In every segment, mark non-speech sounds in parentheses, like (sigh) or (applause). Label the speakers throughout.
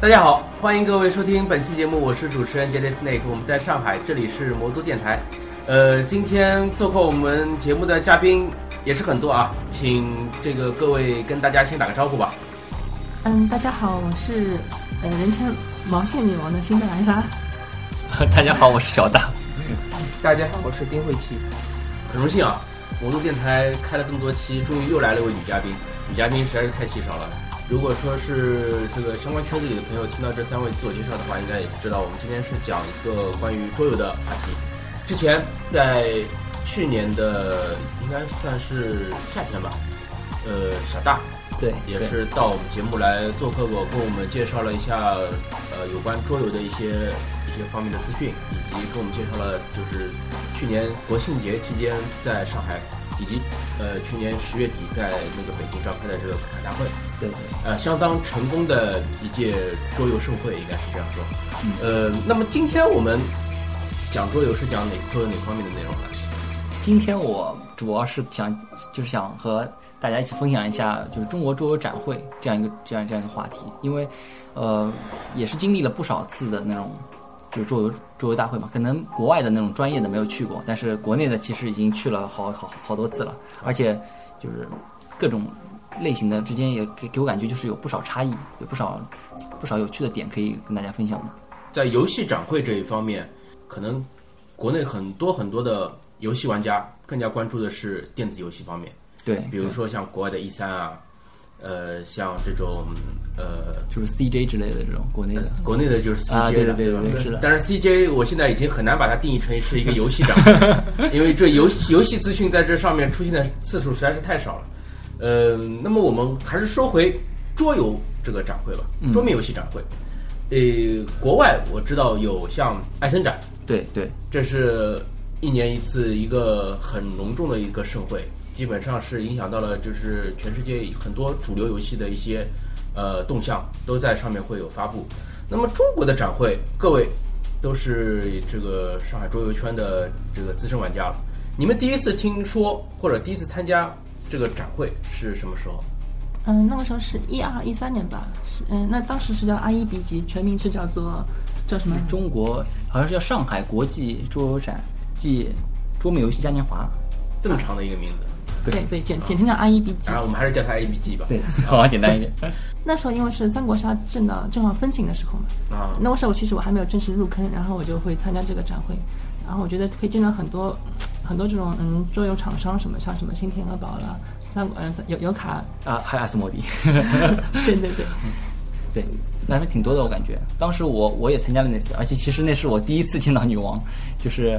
Speaker 1: 大家好，欢迎各位收听本期节目，我是主持人 J J Snake，我们在上海，这里是魔都电台。呃，今天做客我们节目的嘉宾也是很多啊，请这个各位跟大家先打个招呼吧。
Speaker 2: 嗯，大家好，我是呃人称毛线女王的新的来啦。
Speaker 3: (laughs) 大家好，我是小大。
Speaker 4: 大家好，我是丁慧琪。
Speaker 1: 很荣幸啊，魔都电台开了这么多期，终于又来了一位女嘉宾，女嘉宾实在是太稀少了。如果说是这个相关圈子里的朋友听到这三位自我介绍的话，应该也知道我们今天是讲一个关于桌游的话题。之前在去年的应该算是夏天吧，呃，小大
Speaker 3: 对，
Speaker 1: 也
Speaker 3: 对。
Speaker 1: 是到我们节目来做客过，跟我们介绍了一下呃有关桌游的一些一些方面的资讯，以及跟我们介绍了就是去年国庆节期间在上海，以及呃去年十月底在那个北京召开的这个侃侃大会。
Speaker 3: 对，
Speaker 1: 呃，相当成功的一届桌游盛会，应该是这样说。呃，那么今天我们讲桌游是讲哪桌游哪方面的内容呢？
Speaker 3: 今天我主要是想，就是想和大家一起分享一下，就是中国桌游展会这样一个这样这样一个话题，因为，呃，也是经历了不少次的那种，就是桌游桌游大会嘛，可能国外的那种专业的没有去过，但是国内的其实已经去了好好好多次了，而且就是各种类型的之间也给给我感觉就是有不少差异，有不少不少有趣的点可以跟大家分享的。
Speaker 1: 在游戏展会这一方面，可能国内很多很多的游戏玩家更加关注的是电子游戏方面，
Speaker 3: 对，
Speaker 1: 比如
Speaker 3: 对
Speaker 1: 说像国外的 E 三啊，呃，像这种呃
Speaker 3: 就是 CJ 之类的这种国内的。
Speaker 1: 国内的就是
Speaker 3: 啊
Speaker 1: CJ
Speaker 3: 对
Speaker 1: 了，
Speaker 3: 对对
Speaker 1: 吧
Speaker 3: 对对是的
Speaker 1: 但是 CJ 我现在已经很难把它定义成是一个游戏展，
Speaker 3: (laughs)
Speaker 1: 因为这游戏游戏资讯在这上面出现的次数实在是太少了。呃，那么我们还是说回桌游这个展会吧，
Speaker 3: 嗯
Speaker 1: 桌面游戏展会。呃，国外我知道有像艾森展，
Speaker 3: 对对
Speaker 1: 这是一年一次一个很隆重的一个盛会，基本上是影响到了就是全世界很多主流游戏的一些呃动向都在上面会有发布。那么中国的展会，各位都是这个上海桌游圈的这个资深玩家了，你们第一次听说或者第一次参加这个展会是什么时候？
Speaker 2: 嗯，那个时候是一二一三年吧，是嗯，那当时是叫 IE 笔记，全名是叫做叫什么？
Speaker 3: 中国好像是叫上海国际桌游展暨桌面游戏嘉年华，
Speaker 1: 这么长的一个名字，
Speaker 2: 对对，简简称叫 IE 笔记
Speaker 1: 当。然我们还是叫它 ABG 吧。
Speaker 3: 对，好简单一点。
Speaker 2: 那时候因为是三国杀正的正好分行的时候嘛，
Speaker 1: 啊，
Speaker 2: 那个时候其实我还没有正式入坑，然后我就会参加这个展会，然后我觉得可以见到很多很多这种嗯桌游厂商什么，像什么新天鹅堡啦、三国嗯有有卡， (laughs)
Speaker 3: 啊，还有阿斯莫迪，
Speaker 2: 对对对，
Speaker 3: 对，那还挺多的，我感觉。当时我我也参加了那次，而且其实那是我第一次见到女王，就是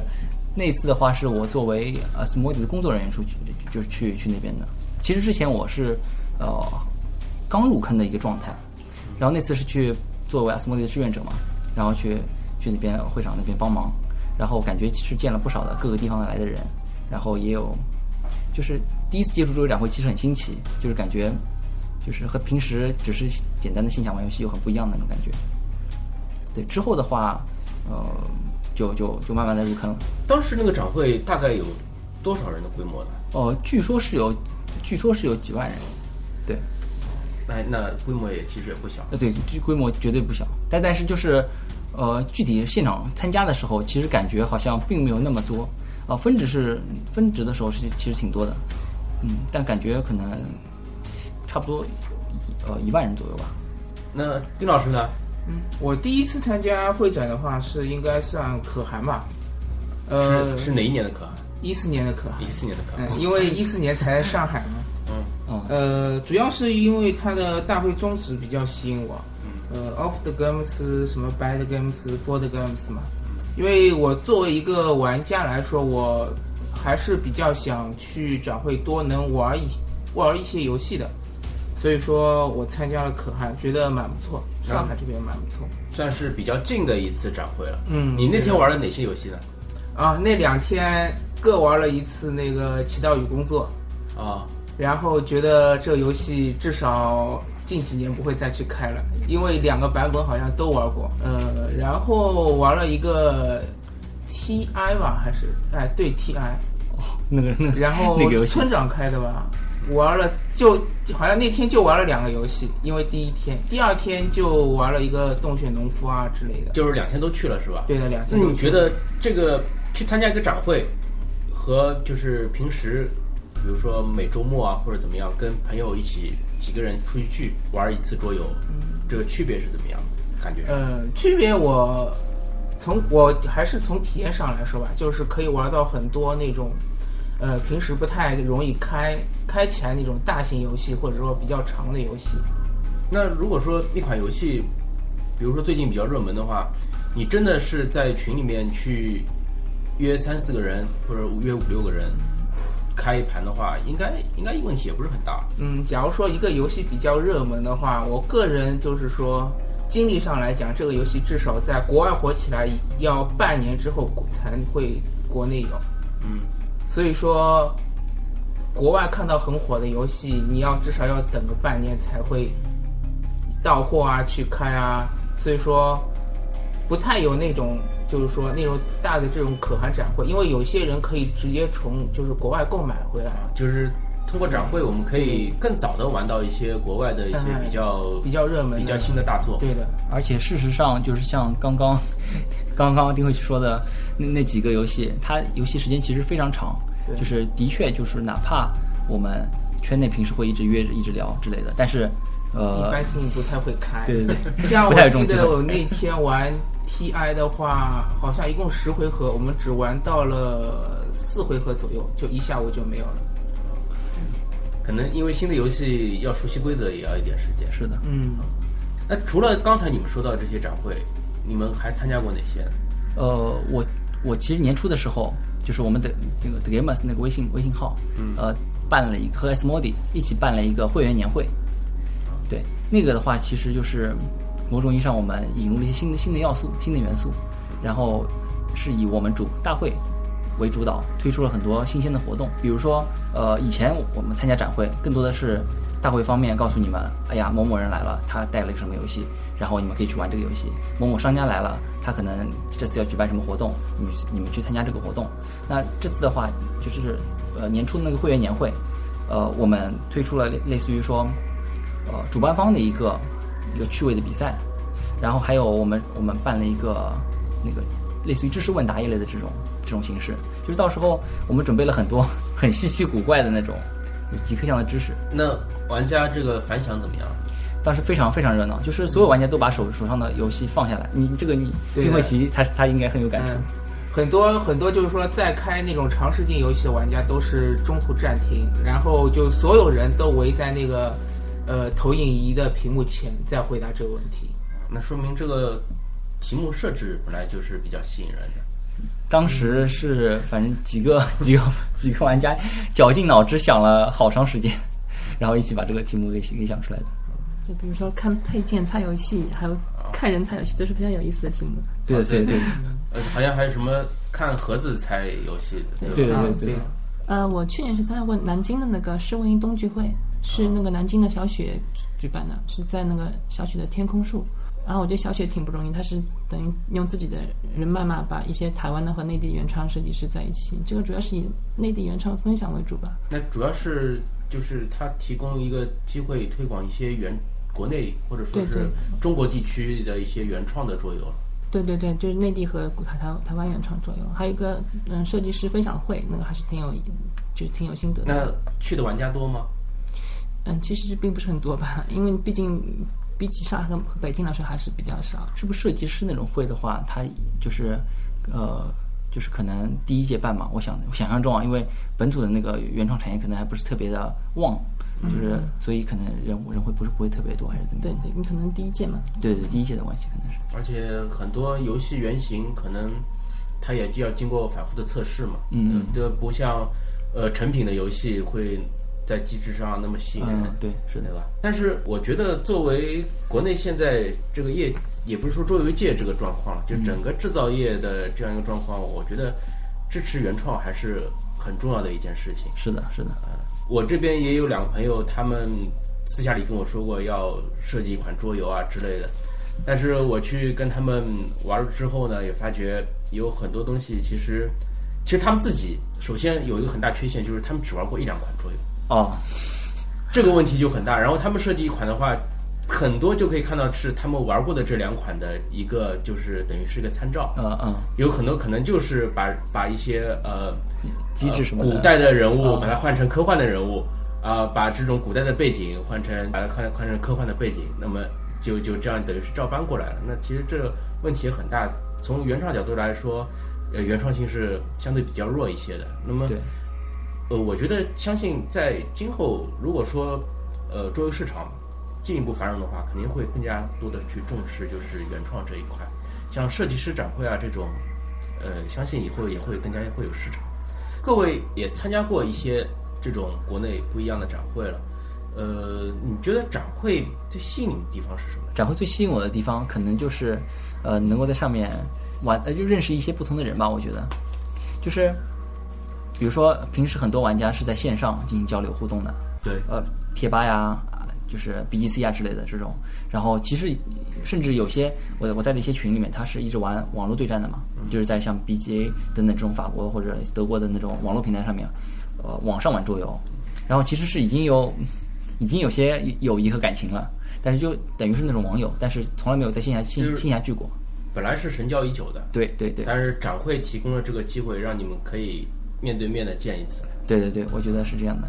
Speaker 3: 那次的话是我作为呃 s m o d y 的工作人员出去，就是去去那边的。其实之前我是呃刚入坑的一个状态，然后那次是去作为 s m o d y 的志愿者嘛，然后去去那边会场那边帮忙，然后感觉其实见了不少的各个地方来的人，然后也有就是第一次接触桌游展会，其实很新奇，就是感觉就是和平时只是简单的线下玩游戏又很不一样的那种感觉。对，之后的话，呃，就就就慢慢的入坑了。
Speaker 1: 当时那个展会大概有多少人的规模呢？
Speaker 3: 哦、据说是有，据说是有几万人，对，
Speaker 1: 那那规模也其实也不小。
Speaker 3: 呃，对，这规模绝对不小。但但是就是，呃，具体现场参加的时候，其实感觉好像并没有那么多。啊、分值是分值的时候是其实挺多的，嗯，但感觉可能差不多呃一万人左右吧。
Speaker 1: 那丁老师呢？
Speaker 4: 我第一次参加会展的话是应该算可汗吧，呃
Speaker 1: 是，是哪一年的课？啊
Speaker 4: 一四年的可汗
Speaker 1: 一，四年的课。
Speaker 4: 嗯，因为一四年才在上海嘛，
Speaker 3: 嗯， (laughs)
Speaker 4: 呃，主要是因为它的大会宗旨比较吸引我，
Speaker 1: 嗯
Speaker 4: 呃，off the games 什么 by the games for the games 嘛，因为我作为一个玩家来说，我还是比较想去转会多能玩一玩一些游戏的，所以说我参加了可汗，觉得蛮不错，上海
Speaker 1: 嗯
Speaker 4: 这边蛮不错。
Speaker 1: 算是比较近的一次展会了。
Speaker 4: 嗯
Speaker 1: 你那天玩了哪些游戏呢？
Speaker 4: 啊，那两天各玩了一次那个《祈祷与工作
Speaker 1: 啊，》，
Speaker 4: 然后觉得这个游戏至少近几年不会再去开了，因为两个版本好像都玩过。呃，然后玩了一个 TI 吧，还是哎对 TI，
Speaker 3: 那个那个
Speaker 4: 然后
Speaker 3: 那个游戏
Speaker 4: 村长开的吧，玩了就就好像那天就玩了两个游戏，因为第一天，第二天就玩了一个洞穴农夫啊之类的。
Speaker 1: 就是两天都去了是吧？
Speaker 4: 对的，两
Speaker 1: 那
Speaker 4: 天都
Speaker 1: 你觉得这个去参加一个展会，和就是平时，比如说每周末啊或者怎么样，跟朋友一起几个人出去聚玩一次桌游，这个区别是怎么样的？感觉上？
Speaker 4: 嗯呃，区别我从我还是从体验上来说吧，就是可以玩到很多那种，呃，平时不太容易开开起来那种大型游戏，或者说比较长的游戏。
Speaker 1: 那如果说一款游戏，比如说最近比较热门的话，你真的是在群里面去约三四个人或者约五六个人开一盘的话，应该应该问题也不是很大。
Speaker 4: 嗯，假如说一个游戏比较热门的话，我个人就是说，经历上来讲，这个游戏至少在国外火起来要半年之后才会国内有。
Speaker 1: 嗯，
Speaker 4: 所以说，国外看到很火的游戏，你要至少要等个半年才会到货啊，去开啊。所以说，不太有那种就是说那种大的这种可汗展会，因为有些人可以直接从就是国外购买回来。
Speaker 1: 就是通过展会，我们可以更早的玩到一些国外的一些
Speaker 4: 嗯
Speaker 1: 比较
Speaker 4: 比较热门的
Speaker 1: 比较新的大作。
Speaker 4: 对的，
Speaker 3: 而且事实上，就是像刚刚刚刚丁慧琪说的那那几个游戏，它游戏时间其实非常长，
Speaker 4: 对
Speaker 3: 就是的确就是哪怕我们圈内平时会一直约着一直聊之类的，但是
Speaker 4: 一
Speaker 3: 呃，
Speaker 4: 般性不太会开。
Speaker 3: 对对 (laughs) 对，
Speaker 4: 像我
Speaker 3: 不太有这
Speaker 4: 记
Speaker 3: 种机
Speaker 4: 得
Speaker 3: 会。
Speaker 4: 我那天玩 TI 的话，好像一共十回合，我们只玩到了四回合左右，就一下午就没有了。
Speaker 1: 可能因为新的游戏要熟悉规则，也要一点时间。
Speaker 3: 是的，
Speaker 4: 嗯，
Speaker 1: 那除了刚才你们说到这些展会，你们还参加过哪些呢？
Speaker 3: 呃，我我其实年初的时候，就是我们的这个 The Gamers 那个微信微信号，呃，办了一个和 S Modi 一起办了一个会员年会，对，那个的话其实就是某种意义上我们引入了一些新的新的要素、新的元素，然后是以我们主大会为主导，推出了很多新鲜的活动，比如说，呃，以前我们参加展会更多的是大会方面告诉你们，哎呀，某某人来了，他带了一个什么游戏，然后你们可以去玩这个游戏；某某商家来了，他可能这次要举办什么活动，你们去你们去参加这个活动。那这次的话，就是呃年初的那个会员年会，呃，我们推出了类类似于说，呃，主办方的一个一个趣味的比赛，然后还有我们我们办了一个那个类似于知识问答一类的这种这种形式，就是到时候我们准备了很多很稀奇古怪的那种就极客项的知识，
Speaker 1: 那玩家这个反响怎么样？
Speaker 3: 当时非常非常热闹，就是所有玩家都把手手上的游戏放下来，你这个你
Speaker 4: 对的
Speaker 3: 丁慧琪他他应该很有感触，
Speaker 4: 嗯很多很多就是说，在开那种长时间游戏的玩家都是中途暂停，然后就所有人都围在那个呃投影仪的屏幕前在回答这个问题。
Speaker 1: 那说明这个题目设置本来就是比较吸引人的。
Speaker 3: 当时是反正几个几个几个玩家绞尽脑汁想了好长时间，然后一起把这个题目给给想出来的。
Speaker 2: 就比如说看配件猜游戏，还有看人猜游戏，都是非常有意思的题目。
Speaker 3: 对对对
Speaker 1: 呃，好像还有什么看盒子猜游戏的，
Speaker 3: 对
Speaker 1: 吧？
Speaker 4: 啊
Speaker 3: 对
Speaker 4: 对
Speaker 3: 对，
Speaker 2: 呃，我去年是参加过南京的那个世文运动聚会，是那个南京的小雪举办的，是在那个小雪的天空树。然后我觉得小雪挺不容易，她是等于用自己的人脉嘛，把一些台湾的和内地原创设计师在一起。这个主要是以内地原创分享为主吧。
Speaker 1: 那主要是就是它提供一个机会推广一些原国内或者说
Speaker 2: 对
Speaker 1: 是
Speaker 2: 对
Speaker 1: 中国地区的一些原创的桌游。
Speaker 2: 对对对，就是内地和台台台湾原创左右，还有一个嗯设计师分享会，那个还是挺有，就是挺有心得
Speaker 1: 那
Speaker 2: 的。
Speaker 1: 去的玩家多吗？
Speaker 2: 嗯，其实并不是很多吧，因为毕竟比起上海和和北京来说还是比较少。
Speaker 3: 是不是设计师那种会的话，他就是呃，就是可能第一届办嘛，我想我想象中啊，因为本土的那个原创产业可能还不是特别的旺，就是、所以可能人人会不是不会特别多，还是怎么
Speaker 2: 对
Speaker 3: 样？
Speaker 2: 对，你可能第一届嘛，
Speaker 3: 对对，第一届的关系可能是
Speaker 1: 而且很多游戏原型可能它也就要经过反复的测试嘛，
Speaker 3: 嗯
Speaker 1: 呃，这不像呃成品的游戏会在机制上那么吸引人。
Speaker 3: 嗯，对，是的
Speaker 1: 对，吧？但是我觉得，作为国内现在这个业，也不是说桌游界这个状况了，
Speaker 3: 嗯
Speaker 1: 就整个制造业的这样一个状况，我觉得支持原创还是很重要的一件事情。
Speaker 3: 是的，是的，
Speaker 1: 我这边也有两个朋友，他们私下里跟我说过要设计一款桌游啊之类的，但是我去跟他们玩了之后呢，也发觉有很多东西其实，其实他们自己首先有一个很大缺陷，就是他们只玩过一两款桌游。
Speaker 3: 哦，
Speaker 1: 这个问题就很大。然后他们设计一款的话，很多就可以看到是他们玩过的这两款的一个，就是等于是一个参照。
Speaker 3: 嗯嗯，
Speaker 1: 有很多可能就是把把一些呃
Speaker 3: 机制什么的，
Speaker 1: 古代的人物
Speaker 3: 啊
Speaker 1: 把它换成科幻的人物，啊、把这种古代的背景换成把它换换成科幻的背景，那么就就这样等于是照搬过来了。那其实这个问题也很大，从原创角度来说，呃，原创性是相对比较弱一些的。那么
Speaker 3: 对，
Speaker 1: 呃，我觉得相信在今后如果说呃桌游市场进一步繁荣的话，肯定会更加多的去重视就是原创这一块，像设计师展会啊这种，呃，相信以后也会更加会有市场。各位也参加过一些这种国内不一样的展会了，呃，你觉得展会最吸引你的地方是什么？
Speaker 3: 展会最吸引我的地方，可能就是，呃，能够在上面玩，呃，就认识一些不同的人吧。我觉得，就是，比如说平时很多玩家是在线上进行交流互动的，
Speaker 1: 对，
Speaker 3: 呃，贴吧呀，啊就是 BGC 啊之类的这种。然后其实甚至有些我我在的一些群里面，他是一直玩网络对战的嘛，就是在像 BGA 等等这种法国或者德国的那种网络平台上面，呃，网上玩桌游。然后其实是已经有已经有些友谊和感情了，但是就等于是那种网友，但是从来没有在线下
Speaker 1: 就
Speaker 3: 线
Speaker 1: 是
Speaker 3: 线下聚过。
Speaker 1: 本来是神交已久的，
Speaker 3: 对对对
Speaker 1: 但是展会提供了这个机会，让你们可以面对面的见一次。
Speaker 3: 对对对，我觉得是这样的，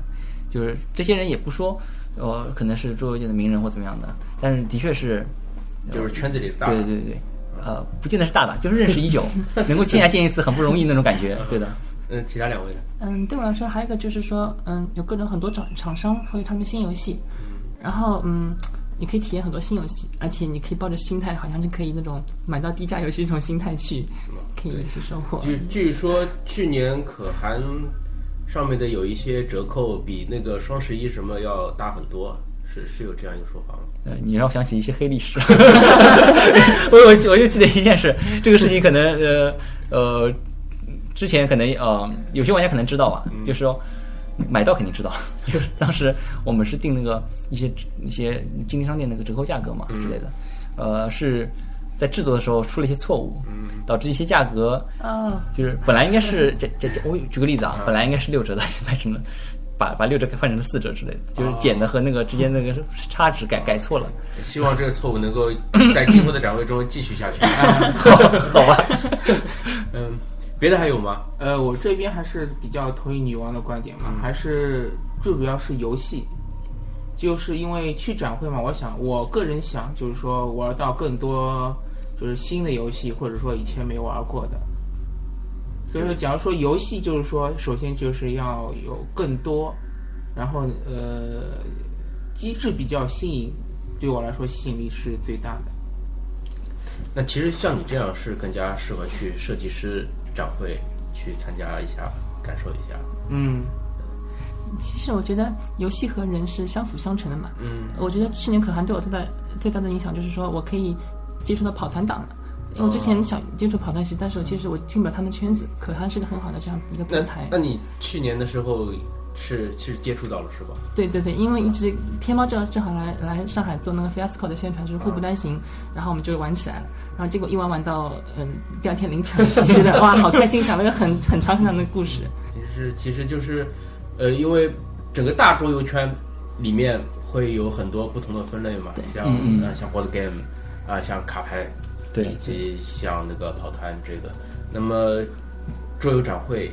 Speaker 3: 就是这些人也不说，呃，可能是桌游界的名人或怎么样的，但是的确是
Speaker 1: 就是圈子里的大佬
Speaker 3: 对对对对，呃，不见得是大大，就是认识已
Speaker 1: (laughs)
Speaker 3: 久，能够见下见一次很不容易那种感觉。对的，
Speaker 1: 嗯，其他两位呢？
Speaker 2: 嗯，对我来说还有一个就是说，嗯，有各种很多厂厂商会有他们新游戏，然后嗯，你可以体验很多新游戏，而且你可以抱着心态，好像是可以那种买到低价游戏这种心态去，可以去收获。
Speaker 1: 据据说去年可汗上面的有一些折扣比那个双十一什么要大很多，是是有这样一个说法吗？
Speaker 3: 呃，你让我想起一些黑历史， (laughs) 我我我就记得一件事，这个事情可能呃呃，之前可能呃有些玩家可能知道吧，啊就是说买到肯定知道， (laughs) 就是当时我们是定那个一些一些经济商店那个折扣价格嘛之类的，呃是在制作的时候出了一些错误，导致一些价格
Speaker 2: 啊，
Speaker 3: 就是本来应该是这这这，我举个例子啊，本来应该是六折的， (laughs) 现在成了把把六折换成了四折之类的，就是减的和那个之间那个差值改改错了，
Speaker 1: (laughs) 希望这个错误能 (coughs) 够在今后的展会中继续下 (laughs) 去。
Speaker 3: 好好吧？
Speaker 1: (laughs) 嗯，别的还有吗？
Speaker 4: 呃，我这边还是比较同意女王的观点嘛，还是最主要是游戏，就是因为去展会嘛，我想我个人想就是说玩到更多就是新的游戏，或者说以前没玩过的。所以说，假如说游戏就是说，首先就是要有更多，然后呃，机制比较新颖，对我来说吸引力是最大的。
Speaker 1: 那其实像你这样是更加适合去设计师展会去参加一下，感受一下。
Speaker 4: 嗯，
Speaker 2: 其实我觉得游戏和人是相辅相成的嘛。
Speaker 1: 嗯，
Speaker 2: 我觉得去年可汗对我最大最大的影响就是说我可以接触到跑团党了。因为我之
Speaker 1: 哦
Speaker 2: 前想接触跑团时，但是我其实我进不了他们圈子。可汗是个很好的这样一个
Speaker 1: 那
Speaker 2: 平台。
Speaker 1: 那你去年的时候是是接触到了是吧？
Speaker 2: 对对对，因为一直天猫正正好来来上海做那个 Fiasco 的宣传，是祸
Speaker 1: 哦
Speaker 2: 不单行，然后我们就玩起来了。然后结果一玩玩到嗯第二天凌晨， (laughs) 就觉得哇好开心，讲了个很很长很长的故事。
Speaker 1: 其实其实就是，呃，因为整个大桌游圈里面会有很多不同的分类嘛，像
Speaker 3: 嗯嗯
Speaker 1: 呃像 board game 啊、像卡牌，以
Speaker 3: 对，
Speaker 1: 及像那个跑团这个，那么桌游展会，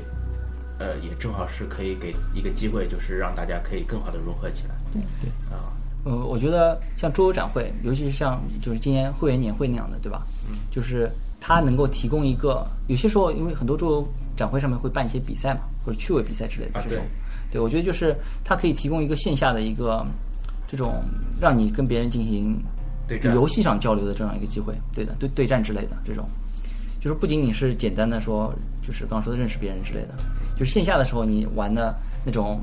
Speaker 1: 呃，也正好是可以给一个机会，就是让大家可以更好的融合起来。对
Speaker 3: 对
Speaker 1: 啊，
Speaker 3: 呃，我觉得像桌游展会，尤其是像就是今年会员年会那样的，对吧？
Speaker 1: 嗯
Speaker 3: 就是它能够提供一个，有些时候因为很多桌游展会上面会办一些比赛嘛，或者趣味比赛之类的
Speaker 1: 啊
Speaker 3: 这种。
Speaker 1: 对
Speaker 3: 对，我觉得就是它可以提供一个线下的一个这种让你跟别人进行
Speaker 1: 对战
Speaker 3: 游戏上交流的这样一个机会，对的，对对战之类的这种，就是不仅仅是简单的说，就是刚刚说的认识别人之类的，就是线下的时候你玩的那种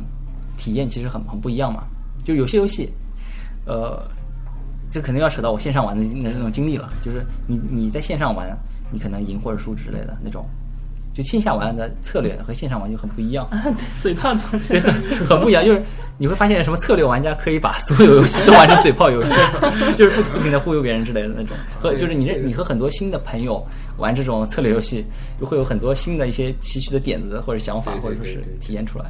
Speaker 3: 体验其实很很不一样嘛。就有些游戏，呃，这肯定要扯到我线上玩的那那种经历了，就是你你在线上玩，你可能赢或者输之类的那种，就线下玩的策略和线上玩就很不一样。
Speaker 2: 嘴炮总 (laughs)
Speaker 3: 对，
Speaker 2: 是
Speaker 3: (laughs) 很很不一样。就是你会发现，什么策略玩家可以把所有游戏都玩成嘴炮
Speaker 1: (laughs)
Speaker 3: 游戏，就是不不停的忽悠别人之类的那种。和就是你认你和很多新的朋友玩这种策略游戏，就会有很多新的一些奇趣的点子或者想法，
Speaker 1: 对对
Speaker 3: 或者说
Speaker 1: 对
Speaker 3: 是
Speaker 1: 对对
Speaker 3: 体验出来。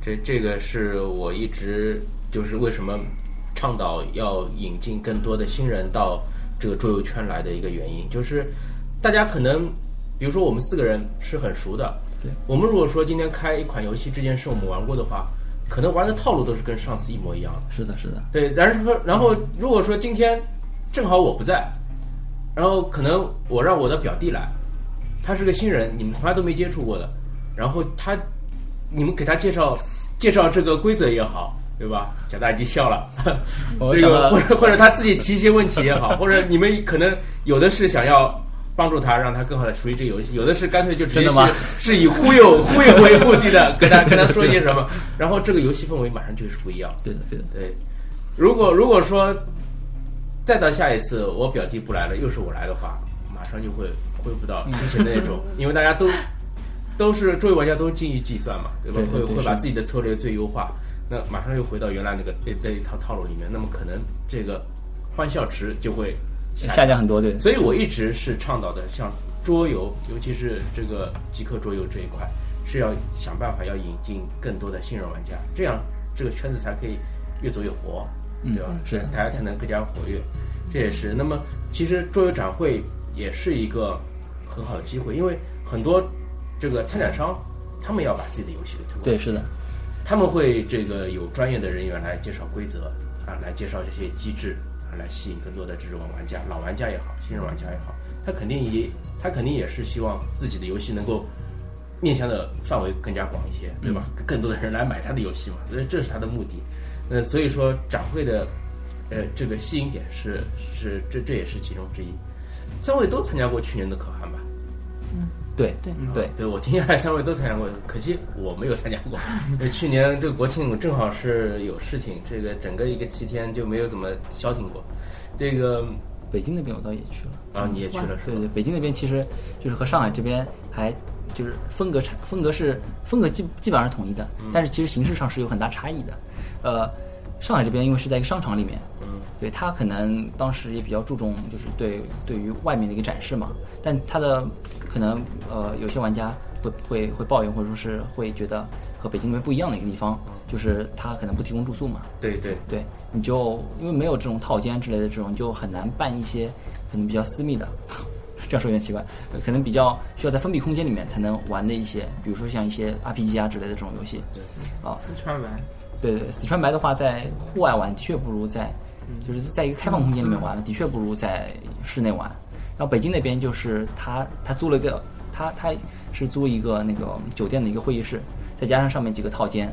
Speaker 1: 这这个是我一直就是为什么倡导要引进更多的新人到这个桌游圈来的一个原因，就是大家可能，比如说我们四个人是很熟的，
Speaker 3: 对，
Speaker 1: 我们如果说今天开一款游戏，之前是我们玩过的话，可能玩的套路都是跟上次一模一样的。
Speaker 3: 是的，是的，
Speaker 1: 对，然后说，然后
Speaker 3: 嗯
Speaker 1: 如果说今天正好我不在，然后可能我让我的表弟来，他是个新人，你们从来都没接触过的，然后他，你们给他介绍介绍这个规则也好，对吧？小大已经笑了，
Speaker 3: 我
Speaker 1: 这
Speaker 3: 想
Speaker 1: 个
Speaker 3: 到
Speaker 1: 或者或者他自己提一些问题也好，或者你们可能有的是想要。帮助他，让他更好的熟悉这个游戏。有的是干脆就直接
Speaker 3: 真的
Speaker 1: 是
Speaker 3: 吗
Speaker 1: 是以忽悠忽悠为目的的，跟他跟他说一些什么，然后这个游戏氛围马上就是不一样。
Speaker 3: 对的，对的，
Speaker 1: 对，如果如果说再到下一次我表弟不来了，又是我来的话，马上就会恢复
Speaker 3: 嗯
Speaker 1: 到之前的那
Speaker 3: (laughs)
Speaker 1: 种，因为大家都都是作为玩家都精于计算嘛，对吧？
Speaker 3: 对对
Speaker 1: 会
Speaker 3: 对
Speaker 1: 会把
Speaker 3: 是
Speaker 1: 自己的策略最优化，那马上又回到原来那个那那一套套路里面，那么可能这个欢笑值就会下
Speaker 3: 下降很多，对。
Speaker 1: 所以我一直是倡导的，像桌游，尤其是这个极客桌游这一块，是要想办法要引进更多的新人玩家，这样这个圈子才可以越走越活，
Speaker 3: 嗯
Speaker 1: 对吧？
Speaker 3: 是嗯的
Speaker 1: 大家才能更加活跃。这也是，那么其实桌游展会也是一个很好的机会，因为很多这个参展商他们要把自己的游戏给推广，
Speaker 3: 对，是的，
Speaker 1: 他们会这个有专业的人员来介绍规则啊，来介绍这些机制啊，来吸引更多的这种玩家，老玩家也好，新人玩家也好，他肯定也他肯定也是希望自己的游戏能够面向的范围更加广一些，对吧？更多的人来买他的游戏嘛，所以这是他的目的。那所以说展会的呃这个吸引点是是这这也是其中之一。三位都参加过去年的可汗吧？
Speaker 3: 对，
Speaker 2: 对
Speaker 3: 对，
Speaker 1: 啊对，我听下来三位都参加过，可惜我没有参加
Speaker 3: (laughs)
Speaker 1: 过。呃去年这个国庆我正好是有事情，这个整个一个七天就没有怎么消停过。这个
Speaker 3: 北京那边我倒也去了。
Speaker 1: 啊，你也去了是
Speaker 3: 对
Speaker 1: 吧？
Speaker 3: 对，北京那边其实就是和上海这边还就是风格差，风格是风格基基本上是统一的，但是其实形式上是有很大差异的。呃，上海这边因为是在一个商场里面，
Speaker 1: 嗯，
Speaker 3: 对它可能当时也比较注重就是对对于外面的一个展示嘛，但它的可能呃有些玩家会会会抱怨或者说是会觉得和北京那边不一样的一个地方，就是它可能不提供住宿嘛，
Speaker 1: 对对
Speaker 3: 对，你就因为没有这种套间之类的这种，你就很难办一些 (laughs) 可能比较私密的， (laughs) 这样说有点奇怪，呃可能比较需要在封闭空间里面才能玩的一些，比如说像一些 RPG 啊之类的这种游戏。啊，
Speaker 4: 四川玩，
Speaker 3: 对对，死川白的话，在户外玩的确不如在，
Speaker 1: 嗯
Speaker 3: 就是在一个开放空间里面玩，的确不如在室内玩。然后北京那边就是他他租了一个，他他是租一个那个酒店的一个会议室，再加上上面几个套间，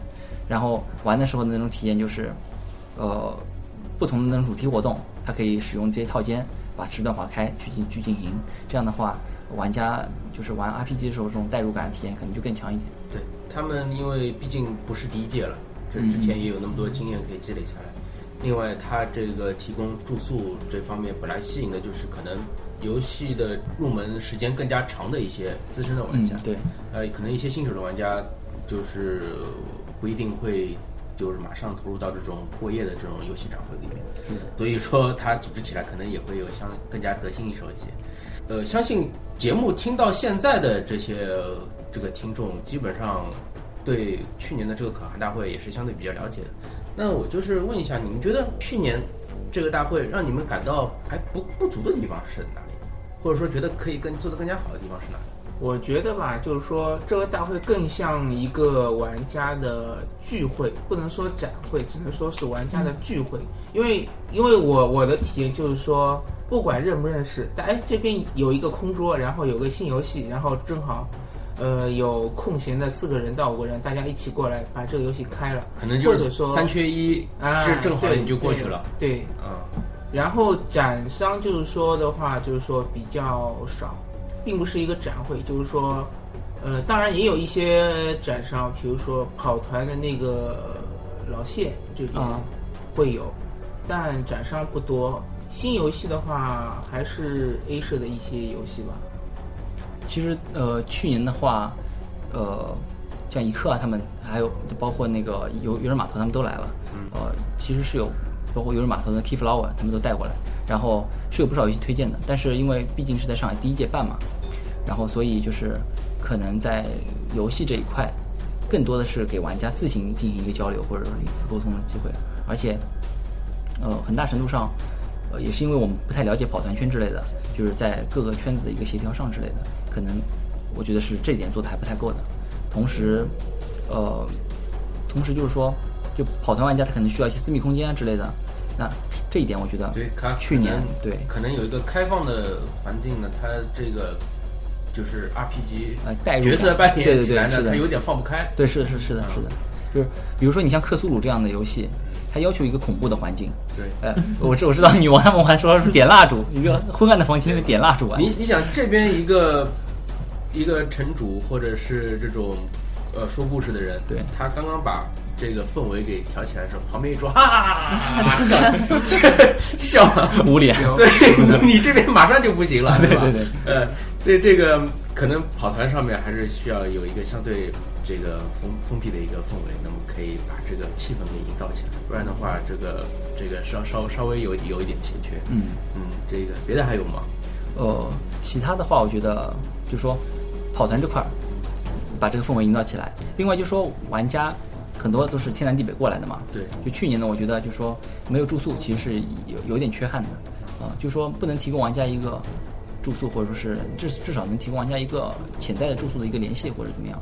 Speaker 3: 然后玩的时候的那种体验就是，呃，不同的那种主题活动，它可以使用这些套间把时段划开去进去进行，这样的话，玩家就是玩 RPG 的时候这种代入感体验可能就更强一点。
Speaker 1: 对，他们因为毕竟不是第一届了，这
Speaker 3: 嗯
Speaker 1: 之前也有那么多经验可以积累下来。另外，他这个提供住宿这方面本来吸引的就是可能游戏的入门时间更加长的一些资深的玩
Speaker 3: 嗯
Speaker 1: 家，，
Speaker 3: 对，
Speaker 1: 呃，可能一些新手的玩家就是不一定会就是马上投入到这种过夜的这种游戏展会里面，所以说它组织起来可能也会有相更加得心应手一些。呃，相信节目听到现在的这些呃这个听众，基本上对去年的这个可汗大会也是相对比较了解的。那我就是问一下，你们觉得去年这个大会让你们感到还不不足的地方是哪里？或者说觉得可以更做得更加好的地方是哪里？
Speaker 4: 我觉得吧，就是说这个大会更像一个玩家的聚会，不能说展会，只能说是玩家的聚会。因为因为我我的体验就是说，不管认不认识，但哎这边有一个空桌，然后有个新游戏，然后正好。呃，有空闲的四个人到五个人，大家一起过来把这个游戏开了，
Speaker 1: 可能就
Speaker 4: 或者
Speaker 1: 是
Speaker 4: 说
Speaker 1: 三缺一，
Speaker 4: 啊，
Speaker 1: 是正好
Speaker 4: 对
Speaker 1: 你就过去了。
Speaker 4: 对，对
Speaker 1: 嗯，
Speaker 4: 然后展商就是说的话，就是说比较少，并不是一个展会，就是说，呃，当然也有一些展商，比如说跑团的那个呃老谢这边
Speaker 3: 啊
Speaker 4: 会有，但展商不多。新游戏的话，还是 A 社的一些游戏吧。
Speaker 3: 其实呃，去年的话，呃，像一刻啊，他们还有就包括那个游游人码头，他们都来了。呃，其实是有包括游人码头的 Key Flower，他们都带过来，然后是有不少游戏推荐的。但是因为毕竟是在上海第一届办嘛，然后所以就是可能在游戏这一块，更多的是给玩家自行进行一个交流或者说一个沟通的机会，而且，呃，很大程度上，呃，也是因为我们不太了解跑团圈之类的，就是在各个圈子的一个协调上之类的，可能我觉得是这一点做的还不太够的。同时，呃，同时就是说，就跑团玩家他可能需要一些私密空间啊之类的，那这一点我觉得
Speaker 1: 对，它可
Speaker 3: 去年
Speaker 1: 能
Speaker 3: 对
Speaker 1: 可能有一个开放的环境呢，它这个就是 RPG
Speaker 3: 呃代入
Speaker 1: 角色
Speaker 3: 感
Speaker 1: 扮
Speaker 3: 对
Speaker 1: 演
Speaker 3: 对
Speaker 1: 起来
Speaker 3: 对
Speaker 1: 呢
Speaker 3: 是，的
Speaker 1: 它有点嗯放不开。
Speaker 3: 对，是的，是的是的，是的，就是比如说你像克苏鲁这样的游戏，它要求一个恐怖的环境。
Speaker 1: 对，
Speaker 3: 呃，我知我知道女王他们还说是点蜡烛，一个昏暗的房间里面点蜡烛啊
Speaker 1: (laughs)
Speaker 3: 玩。
Speaker 1: 你你想这边一个一个城主或者是这种呃说故事的人，
Speaker 3: 对
Speaker 1: 他刚刚把这个氛围给挑起来的时候，旁边一桌哈哈哈哈哈哈，这笑了。
Speaker 3: (laughs) 捂脸，
Speaker 1: 对 (laughs) 你这边马上就不行了，吧？
Speaker 3: 啊对对
Speaker 1: 呃，这这个可能跑团上面还是需要有一个相对这个封封闭的一个氛围，那么可以把这个气氛给营造起来，不然的话，这个这个稍稍稍微有有一点欠缺。
Speaker 3: 嗯，
Speaker 1: 嗯，这个别的还有吗？
Speaker 3: 呃，其他的话，我觉得就说跑团这块儿，把这个氛围营造起来。另外就说玩家很多都是天南地北过来的嘛，
Speaker 1: 对
Speaker 3: 就去年呢，我觉得就说没有住宿其实是有有点缺憾的，啊、就说不能提供玩家一个住宿，或者说是至至少能提供玩家一个潜在的住宿的一个联系或者怎么样，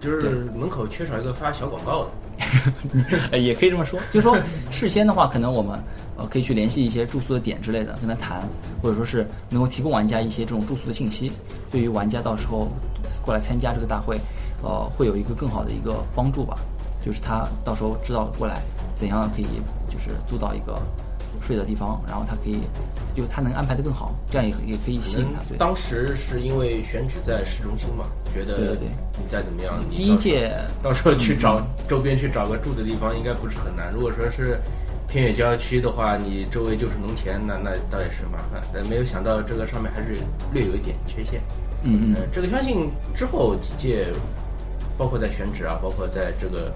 Speaker 1: 就是
Speaker 3: 对
Speaker 1: 门口缺少一个发小广告的，
Speaker 3: (laughs) 呃也可以这么说，就说事先的话，可能我们呃可以去联系一些住宿的点之类的，跟他谈，或者说是能够提供玩家一些这种住宿的信息，对于玩家到时候过来参加这个大会，呃，会有一个更好的一个帮助吧，就是他到时候知道过来怎样可以就是租到一个睡的地方，然后他可以就他能安排的更好，这样也也可以吸
Speaker 1: 可
Speaker 3: 引
Speaker 1: 能
Speaker 3: 他。啊对，
Speaker 1: 当时是因为选址在市中心嘛，觉得
Speaker 3: 对对对
Speaker 1: 你再怎么样，你
Speaker 3: 第一
Speaker 1: 到时候
Speaker 3: 届
Speaker 1: 到时候去找周边去找个住的地方，应该不是很难。如果说是偏远郊区的话，你周围就是农田，那那倒也是麻烦。但没有想到这个上面还是略有一点缺陷。
Speaker 3: 嗯嗯
Speaker 1: 呃，这个相信之后几届，包括在选址啊，包括在这个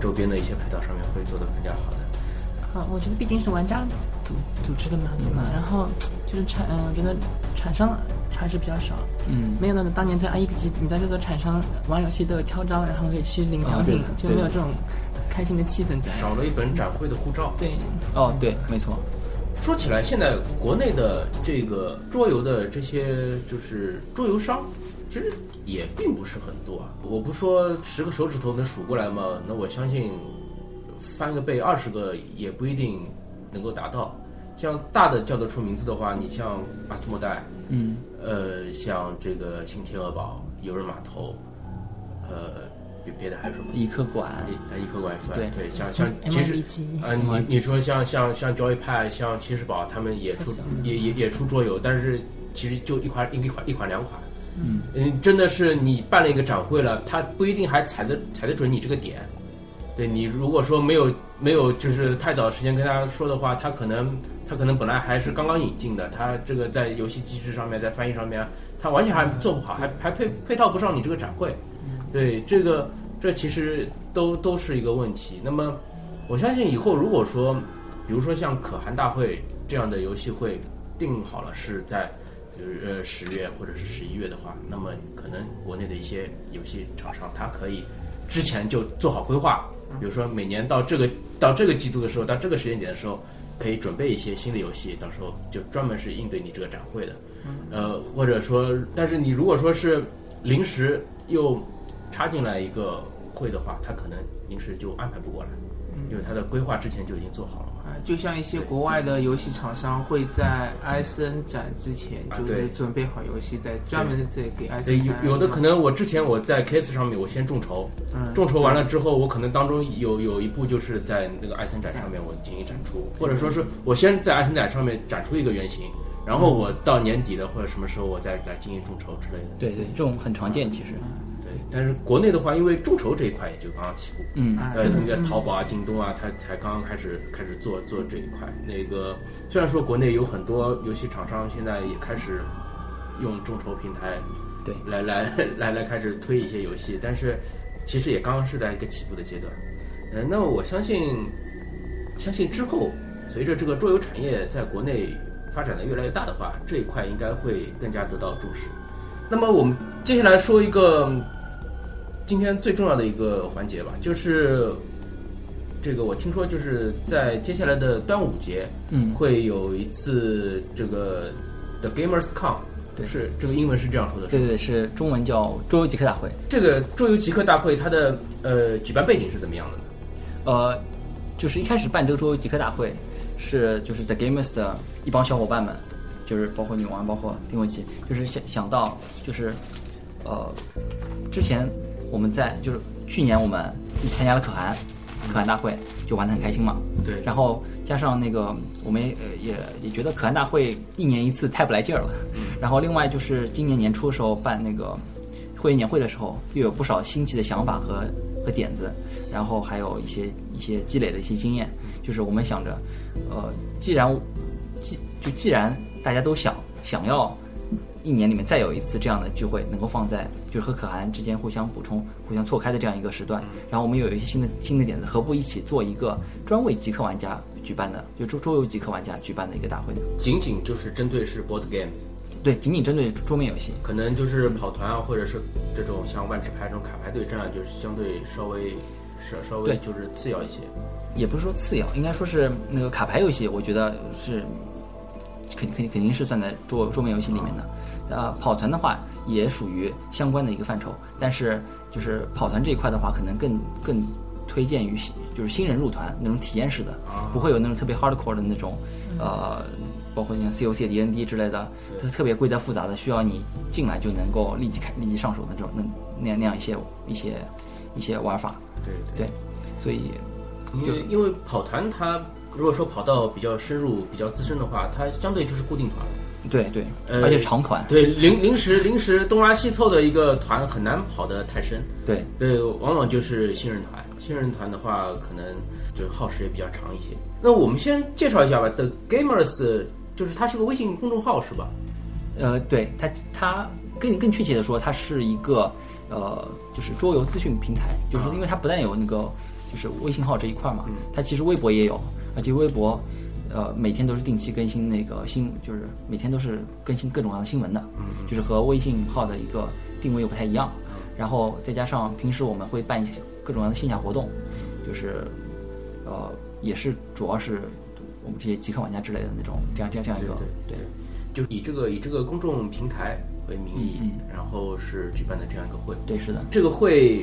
Speaker 1: 周边的一些配套上面会做得更加好的。
Speaker 2: 啊，我觉得毕竟是玩家组组织的嘛，对吧？然后就是产，嗯、我觉得厂商还是比较少，
Speaker 3: 嗯，
Speaker 2: 没有那种当年在 IEPG，你在各个厂商玩游戏都有敲章，然后可以去领
Speaker 3: 啊
Speaker 2: 奖
Speaker 3: 对
Speaker 2: 品，
Speaker 3: 的
Speaker 2: 就
Speaker 3: 对
Speaker 2: 没有
Speaker 3: 的
Speaker 2: 这种开心的气氛在。
Speaker 1: 少了一本展会的护照。
Speaker 2: 对，
Speaker 3: 哦对，没错，
Speaker 1: 说起来，现在国内的这个桌游的这些就是桌游商，其实也并不是很多啊。我不说十个手指头能数过来吗？那我相信翻个倍，二十个也不一定能够达到。像大的叫得出名字的话，你像阿斯莫代，
Speaker 3: 嗯
Speaker 1: 呃，像这个新天鹅堡、游人码头，呃，别别的还有什么？
Speaker 3: 一科馆，
Speaker 1: 一一客观算
Speaker 3: 对
Speaker 1: 对，像像
Speaker 2: M
Speaker 1: 其
Speaker 2: I
Speaker 1: 实
Speaker 2: B G，
Speaker 1: 啊，你你说像像像 Joypad、像骑士堡，他们也出
Speaker 2: 太小了
Speaker 1: 也也也出桌游，但是其实就一款一款一款两款。
Speaker 3: 嗯
Speaker 1: 嗯，真的是你办了一个展会了，他不一定还踩得踩得准你这个点。对你如果说没有没有就是太早时间跟他说的话，他可能他可能本来还是刚刚引进的，他这个在游戏机制上面，在翻译上面，他完全还做不好，还还配配套不上你这个展会。对，这个这其实都都是一个问题。那么我相信以后如果说，比如说像可汗大会这样的游戏会定好了是在。就是呃十月或者是十一月的话，那么可能国内的一些游戏厂商，它可以之前就做好规划，比如说每年到这个到这个季度的时候，到这个时间点的时候，可以准备一些新的游戏，到时候就专门是应对你这个展会的。呃，或者说，但是你如果说是临时又插进来一个会的话，他可能临时就安排不过来，因为他的规划之前就已经做好了嘛。
Speaker 4: 啊，就像一些国外的游戏厂商会在 ISN 展之前，
Speaker 1: 啊
Speaker 4: 就
Speaker 1: 对
Speaker 4: 是准备好游戏，再专门的再给
Speaker 1: 所以
Speaker 4: ISN
Speaker 1: 有
Speaker 4: 展。
Speaker 1: 有的可能我之前我在 Case 上面我先众筹，
Speaker 4: 嗯
Speaker 1: 众筹完了之后，我可能当中有有一步就是在那个艾森展上面我进行展出，或者说是我先在艾森展上面展出一个原型，然后我到年底的或者什么时候我再来进行众筹之类的。
Speaker 3: 对对，这种很常见其实，
Speaker 1: 对，但是国内的话，因为众筹这一块也就刚刚起步，
Speaker 3: 嗯
Speaker 4: 啊
Speaker 1: 呃，那个淘宝啊、京东啊，它才刚刚开始开始做做这一块。那个虽然说国内有很多游戏厂商现在也开始用众筹平台
Speaker 3: 对
Speaker 1: 来来来来开始推一些游戏，但是其实也刚刚是在一个起步的阶段。呃，那我相信，相信之后随着这个桌游产业在国内发展的越来越大的话，这一块应该会更加得到重视。那么我们接下来说一个今天最重要的一个环节吧，就是这个我听说就是在接下来的端午节，
Speaker 3: 嗯
Speaker 1: 会有一次这个 The Gamers Con，
Speaker 3: 对
Speaker 1: 是这个英文是这样说的，
Speaker 3: 对对对，是中文叫桌游极客大会。
Speaker 1: 这个桌游极客大会它的呃举办背景是怎么样的呢？
Speaker 3: 呃，就是一开始办这个桌游极客大会，是就是 The Gamers 的一帮小伙伴们，就是包括女王，包括丁文琪，就是想想到就是，呃，之前我们在就是去年我们一起参加了可汗，可汗大会就玩的很开心嘛。
Speaker 1: 对
Speaker 3: 然后加上那个我们也呃也也觉得可汗大会一年一次太不来劲儿了。然后另外就是今年年初的时候办那个会员年会的时候，又有不少新奇的想法和和点子，然后还有一些一些积累的一些经验。就是我们想着，呃，既然既就既然大家都想想要一年里面再有一次这样的聚会，能够放在就是和可汗之间互相补充、互相错开的这样一个时段，然后我们又有一些新的新的点子，何不一起做一个专为极客玩家举办的，就桌桌游极客玩家举办的一个大会呢？
Speaker 1: 仅仅就是针对是 board games，
Speaker 3: 对，仅仅针对桌面游戏。
Speaker 1: 可能就是跑团啊，或者是这种像万智牌这种卡牌对战啊，就是相对稍微稍稍微
Speaker 3: 对
Speaker 1: 就是次要一些。
Speaker 3: 也不是说次要，应该说是那个卡牌游戏，我觉得是肯肯肯定是算在桌桌面游戏里面的。呃，跑团的话也属于相关的一个范畴，但是就是跑团这一块的话，可能更更推荐于新就是新人入团那种体验式的，不会有那种特别 hardcore 的那种，呃，包括像 COC、DND 之类的，特特别规则复杂的，需要你进来就能够立即开立即上手的这种那那样那样一些一些一些玩法，
Speaker 1: 对
Speaker 3: 对，所以
Speaker 1: 因为因为跑团它如果说跑到比较深入、比较资深的话，它相对就是固定团。
Speaker 3: 对对，
Speaker 1: 呃
Speaker 3: 而且长款，
Speaker 1: 对，临临时临时东拉西凑的一个团很难跑得太深。
Speaker 3: 对
Speaker 1: 对，往往就是新人团。新人团的话，可能就是耗时也比较长一些。那我们先介绍一下吧，The Gamers 就是它是个微信公众号是吧？
Speaker 3: 呃，对它它更更确切的说，它是一个呃，就是桌游资讯平台，就是说因为它不但有那个就是微信号这一块嘛，它其实微博也有，而且微博呃每天都是定期更新那个新，就是每天都是更新各种各样的新闻的，就是和微信号的一个定位又不太一样，然后再加上平时我们会办一些各种各样的线下活动，就是呃也是主要是我们这些极客玩家之类的那种这样这样这样一个对
Speaker 1: 就以这个以这个公众平台为名义，然后是举办的这样一个会。
Speaker 3: 对是的。
Speaker 1: 这个会，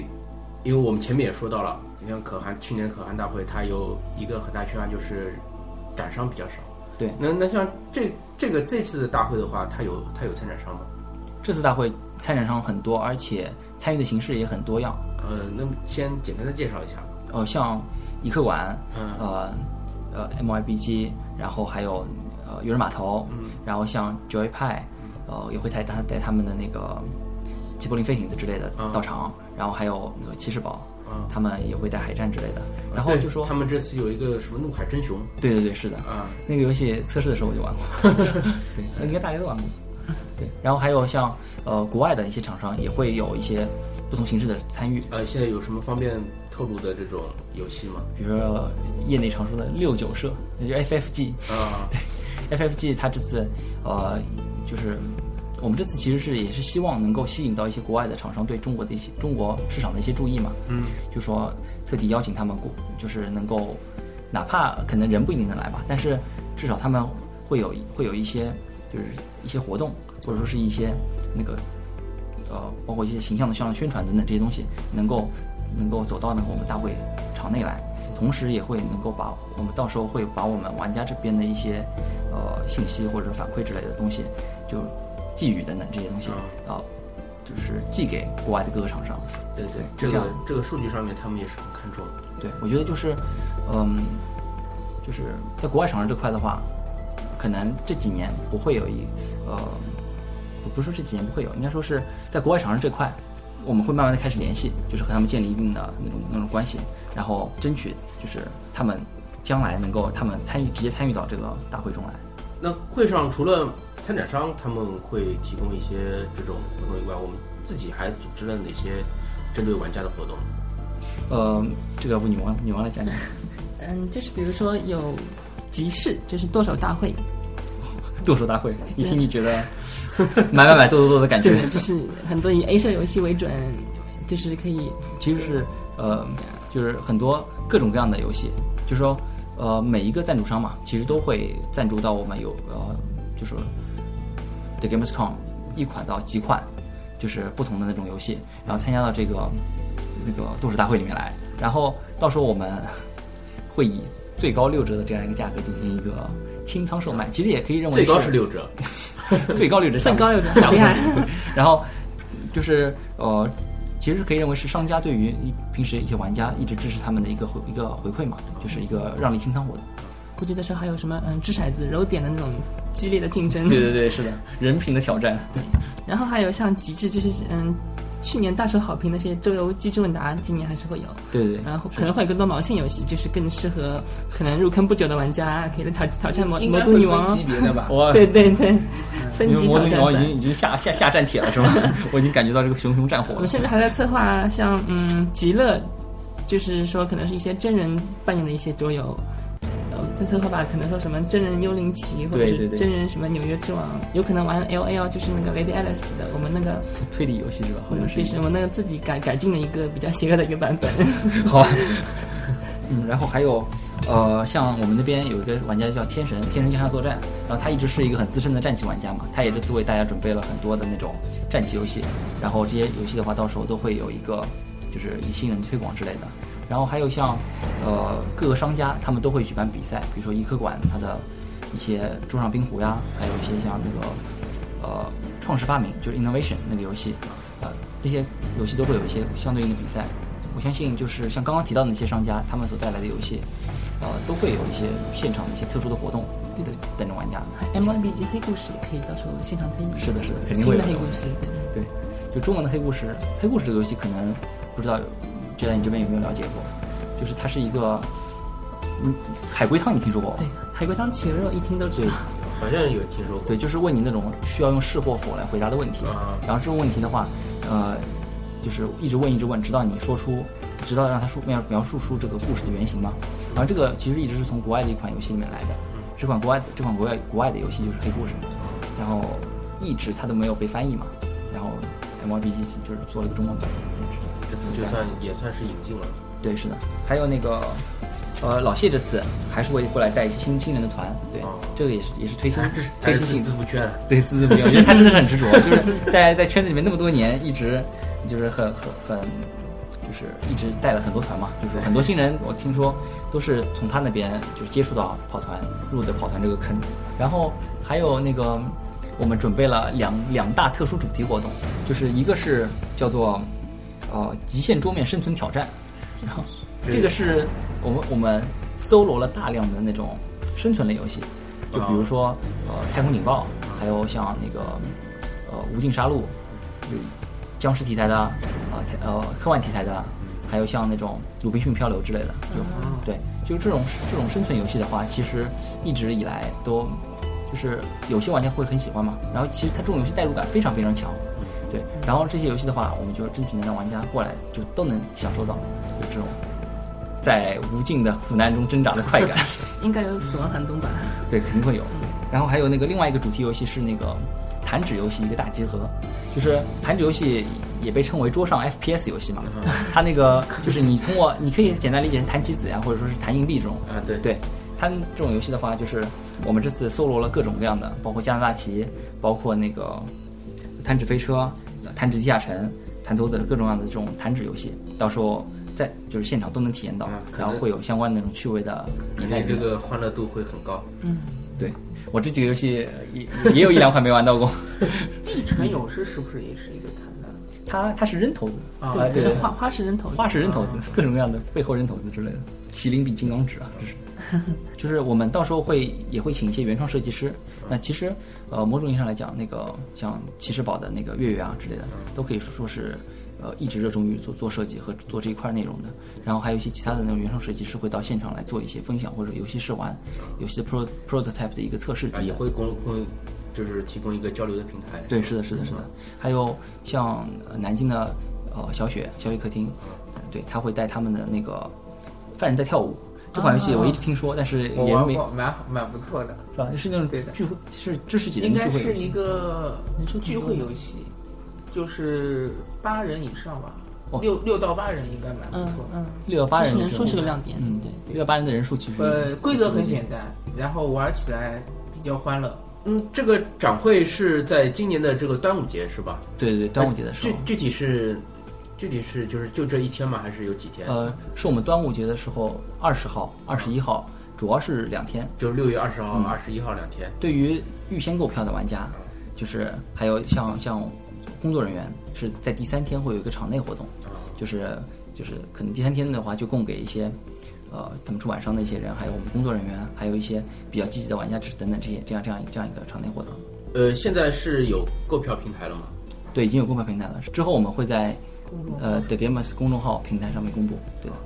Speaker 1: 因为我们前面也说到了，你像可汗去年可汗大会，它有一个很大缺憾就是展商比较少。
Speaker 3: 对
Speaker 1: 那那像这这个这次的大会的话，它有它有参展商吗？
Speaker 3: 这次大会参展商很多，而且参与的形式也很多样。
Speaker 1: 呃，那么先简单的介绍一下。
Speaker 3: 呃，像一客馆，
Speaker 1: 嗯
Speaker 3: 呃呃 MYBG，然后还有呃游人码头，
Speaker 1: 嗯
Speaker 3: 然后像 Joy 派，呃也会带他带他们的那个吉卜林飞行的之类的
Speaker 1: 嗯
Speaker 3: 到场，然后还有那个骑士堡，
Speaker 1: 嗯啊
Speaker 3: 他们也会带海战之类的。然后
Speaker 1: 对
Speaker 3: 就说
Speaker 1: 他，们这次有一个什么怒海真雄
Speaker 3: 对对对，是的，
Speaker 1: 啊，
Speaker 3: 那个游戏测试的时候我就玩过，
Speaker 1: (laughs)
Speaker 3: 对，应该大家都玩过。对，然后还有像呃国外的一些厂商也会有一些不同形式的参与，
Speaker 1: 呃，现在有什么方便透露的这种游戏吗？
Speaker 3: 比如说业内常说的六九社，也就 FFG。
Speaker 1: 啊，
Speaker 3: FFG 它这次呃，就是我们这次其实是也是希望能够吸引到一些国外的厂商对中国的一些中国市场的一些注意嘛。嗯，就说特地邀请他们过，就是能够哪怕可能人不一定能来吧，但是至少他们会有会有一些就是一些活动，或者说是一些那个呃，包括一些形象的向上宣传等等这些东西，能够能够走到那个我们大会场内来，同时也会能够把我们到时候会把我们玩家这边的一些呃信息或者反馈之类的东西，就寄语等等这些东西，啊、就是寄给国外的各个厂商。对对，
Speaker 1: 这
Speaker 3: 就这样
Speaker 1: 个。这个数据上面他们也是很看重的。
Speaker 3: 对，我觉得就是，嗯，就是在国外厂商这块的话，可能这几年不会有一，呃，我不是说这几年不会有，应该说是在国外厂商这块，我们会慢慢的开始联系，就是和他们建立一定的那种那种关系，然后争取就是他们将来能够他们参与直接参与到这个大会中来。
Speaker 1: 那会上除了参展商他们会提供一些这种活动以外，我们自己还组织了哪些针对玩家的活动？
Speaker 3: 呃，这个要不女王女王来讲 (laughs) 讲，
Speaker 2: 嗯，就是比如说有集市，就是剁手大会，
Speaker 3: 剁手大会，一听就觉得 (laughs) 买买买剁剁剁的感觉
Speaker 2: 对，。就是很多以 A 社游戏为准，就是可以
Speaker 3: 其实是呃，就是很多各种各样的游戏，就是说呃，每一个赞助商嘛，其实都会赞助到我们有呃，就是 The Gamescom 一款到几款，就是不同的那种游戏，然后参加到这个那个斗士大会里面来，然后到时候我们 (laughs) 会以最高六折的这样一个价格进行一个清仓售卖，其实也可以认为
Speaker 1: 最高是六折，
Speaker 3: 最高
Speaker 1: (laughs)
Speaker 3: 六折，
Speaker 2: 最高六折，
Speaker 3: (laughs) 下
Speaker 2: 好
Speaker 3: 不
Speaker 2: 厉害！
Speaker 3: 然后就是呃，其实可以认为是商家对于一平时一些玩家一直支持他们的一个回一个回馈嘛，就是一个让利清仓活动。
Speaker 2: 估计那时候还有什么嗯掷骰子、揉点的那种激烈的竞争。
Speaker 3: 对对对，是的，人品的挑战。
Speaker 2: 然后还有像极致，就是嗯，去年大受好评那些周游机智问答，今年还是会有。
Speaker 3: 对对对，
Speaker 2: 然后可能会有更多毛线游戏，就是更适合可能入坑不久的玩家，可以来挑挑战魔
Speaker 4: 应
Speaker 2: 魔
Speaker 4: 该
Speaker 2: 都
Speaker 4: 会
Speaker 2: 女
Speaker 4: 分
Speaker 2: 王啊
Speaker 4: 级。别的
Speaker 3: (laughs) (laughs)
Speaker 4: 吧？
Speaker 3: 我
Speaker 2: 对对对，分
Speaker 3: 因为
Speaker 2: 级挑
Speaker 3: 魔都女
Speaker 2: 战
Speaker 3: 王已
Speaker 2: 赛
Speaker 3: 经。已经下下下战帖了是吗？ (laughs) 我已经感觉到这个熊熊 (laughs) 战火
Speaker 2: 我
Speaker 3: 了
Speaker 2: 们。甚至还在策划像嗯极乐，就是说可能是一些真人扮演的一些桌游，呃，在策划吧，可能说什么真人幽灵棋，或者
Speaker 3: 对对
Speaker 2: 是
Speaker 3: 对
Speaker 2: 真人什么纽约之王，有可能玩 L A L，就是那个 Lady Alice 的，我们那个
Speaker 3: 推理游戏是吧？
Speaker 2: 我
Speaker 3: 好
Speaker 2: 们
Speaker 3: 像
Speaker 2: 对是我们那个自己改改进的一个比较邪恶的一个
Speaker 3: (laughs)
Speaker 2: 版本。
Speaker 3: 好吧。嗯，然后还有，呃，像我们那边有一个玩家叫天神，天神地下作战，然后他一直是一个很资深的战棋玩家嘛，他也是自为大家准备了很多的那种战棋游戏，然后这些游戏的话，到时候都会有一个就是以新人推广之类的。然后还有像，呃，各个商家他们都会举办比赛，比如说一科馆它的一些桌上冰壶呀，还有一些像那个呃创始发明，就是 innovation 那个游戏，呃，这些游戏都会有一些相对应的比赛。我相信就是像刚刚提到的那些商家，他们所带来的游戏，呃，都会有一些现场的一些特殊的活动，对对，等着玩家。
Speaker 2: M Y B G 黑故事也可以到时候现场推理。
Speaker 3: 是的，是的，肯定
Speaker 2: 新
Speaker 3: 会有
Speaker 2: 的
Speaker 3: 的
Speaker 2: 黑故事，对，
Speaker 3: 对，就中文的黑故事，黑故事这个游戏可能不知道，就在你这边有没有了解过？就是它是一个，嗯，海龟汤你听说过吗？
Speaker 2: 对，海龟汤企鹅肉一听都知道。
Speaker 1: 好像有听说过。
Speaker 3: 对，就是问你那种需要用是或否来回答的问题。
Speaker 1: 啊
Speaker 3: 然后这种问题的话，呃，就是一直问一直问，直到你说出，直到让他说描描述出这个故事的原型嘛。然后这个其实一直是从国外的一款游戏里面来的，
Speaker 1: 嗯
Speaker 3: 这款国外这款国外国外的游戏就是黑故事，然后一直它都没有被翻译嘛，然后 M Y B G 就是做了一个中文版。
Speaker 1: 这次就算也算是引进了。
Speaker 3: 对，是的，还有那个，呃，老谢这次还是会过来带一些新新人的团，对，
Speaker 1: 哦
Speaker 3: 这个也是
Speaker 1: (laughs)
Speaker 3: 也是推新
Speaker 1: 但是
Speaker 3: 推
Speaker 1: 但
Speaker 3: 新
Speaker 1: 是
Speaker 3: 性
Speaker 1: 孜孜不倦啊，
Speaker 3: 对，孜孜不倦。我觉得他真的是很执着，就是在在圈子里面那么多年，一直就是很很很，就是一直带了很多团嘛，就是很多新人，我听说都是从他那边就是接触到跑团，入的跑团这个坑。然后还有那个，我们准备了两两大特殊主题活动，就是一个是叫做呃极限桌面生存挑战，然后这个是我们我们搜罗了大量的那种生存类游戏，就比如说呃太空警报，还有像那个呃无尽杀戮，就僵尸题材的，啊、呃太呃科幻题材的，还有像那种鲁滨逊漂流之类的，就、对，就这种这种生存游戏的话，其实一直以来都就是有些玩家会很喜欢嘛，然后其实它这种游戏代入感非常非常强。对，然后这些游戏的话，我们就争取能让玩家过来就都能享受到，就这种在无尽的苦难中挣扎的快感。
Speaker 2: 应该有死亡寒冬吧？
Speaker 3: 对，肯定会有。然后还有那个另外一个主题游戏是那个弹指游戏一个大集合，就是弹指游戏也被称为桌上 FPS 游戏嘛。它那个就是你通过你可以简单理解成弹棋子呀，或者说是弹硬币这种。
Speaker 1: 啊对
Speaker 3: 对，它这种游戏的话，就是我们这次搜罗了各种各样的，包括加拿大棋，包括那个弹指飞车、呃弹指地下城、弹头的各种各样的这种弹指游戏，到时候。在就是现场都能体验到
Speaker 1: 啊，可
Speaker 3: 然
Speaker 1: 能
Speaker 3: 后会有相关的那种趣味的比
Speaker 1: 肯
Speaker 3: 赛
Speaker 1: 定
Speaker 3: 之
Speaker 1: 这
Speaker 3: 类的。
Speaker 1: 个欢乐度会很高。
Speaker 3: 对我这几个游戏呃也也有一两款没玩到过。
Speaker 4: 地产勇士是不是也是一个谈的？
Speaker 3: 它它是扔骰子
Speaker 4: 啊
Speaker 3: 对
Speaker 2: 就
Speaker 3: 对
Speaker 2: 是
Speaker 3: 对，
Speaker 2: 花花式人头，
Speaker 3: 花式扔骰子，各种各样的背后扔骰子之类的，麒麟比金刚指啊，这是。就是我们到时候会也会请一些原创设计师。那其实，呃，某种意义上来讲，那个像骑士堡的那个月月啊之类的，都可以说是，呃，一直热衷于做做设计和做这一块内容的。然后还有一些其他的那种原创设计师会到现场来做一些分享或者游戏试玩、游戏的 pro prototype 的一个测试等
Speaker 1: 啊，
Speaker 3: 等
Speaker 1: 也会供供，就是提供一个交流的平台。
Speaker 3: 对，是的，是的，是的。还有像呃南京的呃小雪小雪客厅，对，他会带他们的那个犯人在跳舞这款游戏，我一直听说，但是
Speaker 4: 啊我
Speaker 3: 也
Speaker 4: 玩
Speaker 3: 没
Speaker 4: 过，蛮好蛮不错的，
Speaker 3: 是吧？是那种
Speaker 4: 对的
Speaker 3: 聚会，是知识级的
Speaker 4: 应该
Speaker 3: 聚会游
Speaker 4: 是一
Speaker 3: 戏。
Speaker 4: 个
Speaker 2: 说
Speaker 4: 聚会游戏，就是八人以上吧，
Speaker 3: 哦
Speaker 4: 六六到八人应该蛮不
Speaker 2: 嗯
Speaker 4: 错的。
Speaker 2: 嗯，
Speaker 3: 六幺八
Speaker 2: 这是
Speaker 3: 人
Speaker 2: 人
Speaker 3: 的
Speaker 2: 数是个
Speaker 3: 人
Speaker 2: 亮点，
Speaker 3: 嗯，
Speaker 2: 对
Speaker 3: 六幺八人的人数其实
Speaker 4: 呃，规则很简单，然后玩起来比较欢乐。
Speaker 1: 嗯，这个展会是在今年的这个端午节是吧？
Speaker 3: 对对对，端午节的时
Speaker 4: 呃
Speaker 3: 候
Speaker 1: 具，具体是具体是就是就这一天吗？还是有几天？
Speaker 3: 呃，是我们端午节的时候，二十号、二十一号，主要是两天。
Speaker 1: 就是六月二十号、
Speaker 3: 嗯
Speaker 1: 二十一号两天。
Speaker 3: 对于预先购票的玩家，就是还有像像工作人员是在第三天会有一个场内活动，就是就是可能第三天的话就供给一些。呃，他们出版商的一些人，还有我们工作人员，还有一些比较积极的玩家，就是等等这些这样这样这样一个场内活动。
Speaker 1: 呃，现在是有购票平台了吗？
Speaker 3: 对，已经有购票平台了。之后我们会在呃 The Gamers 公众号平台上面公布，对吧？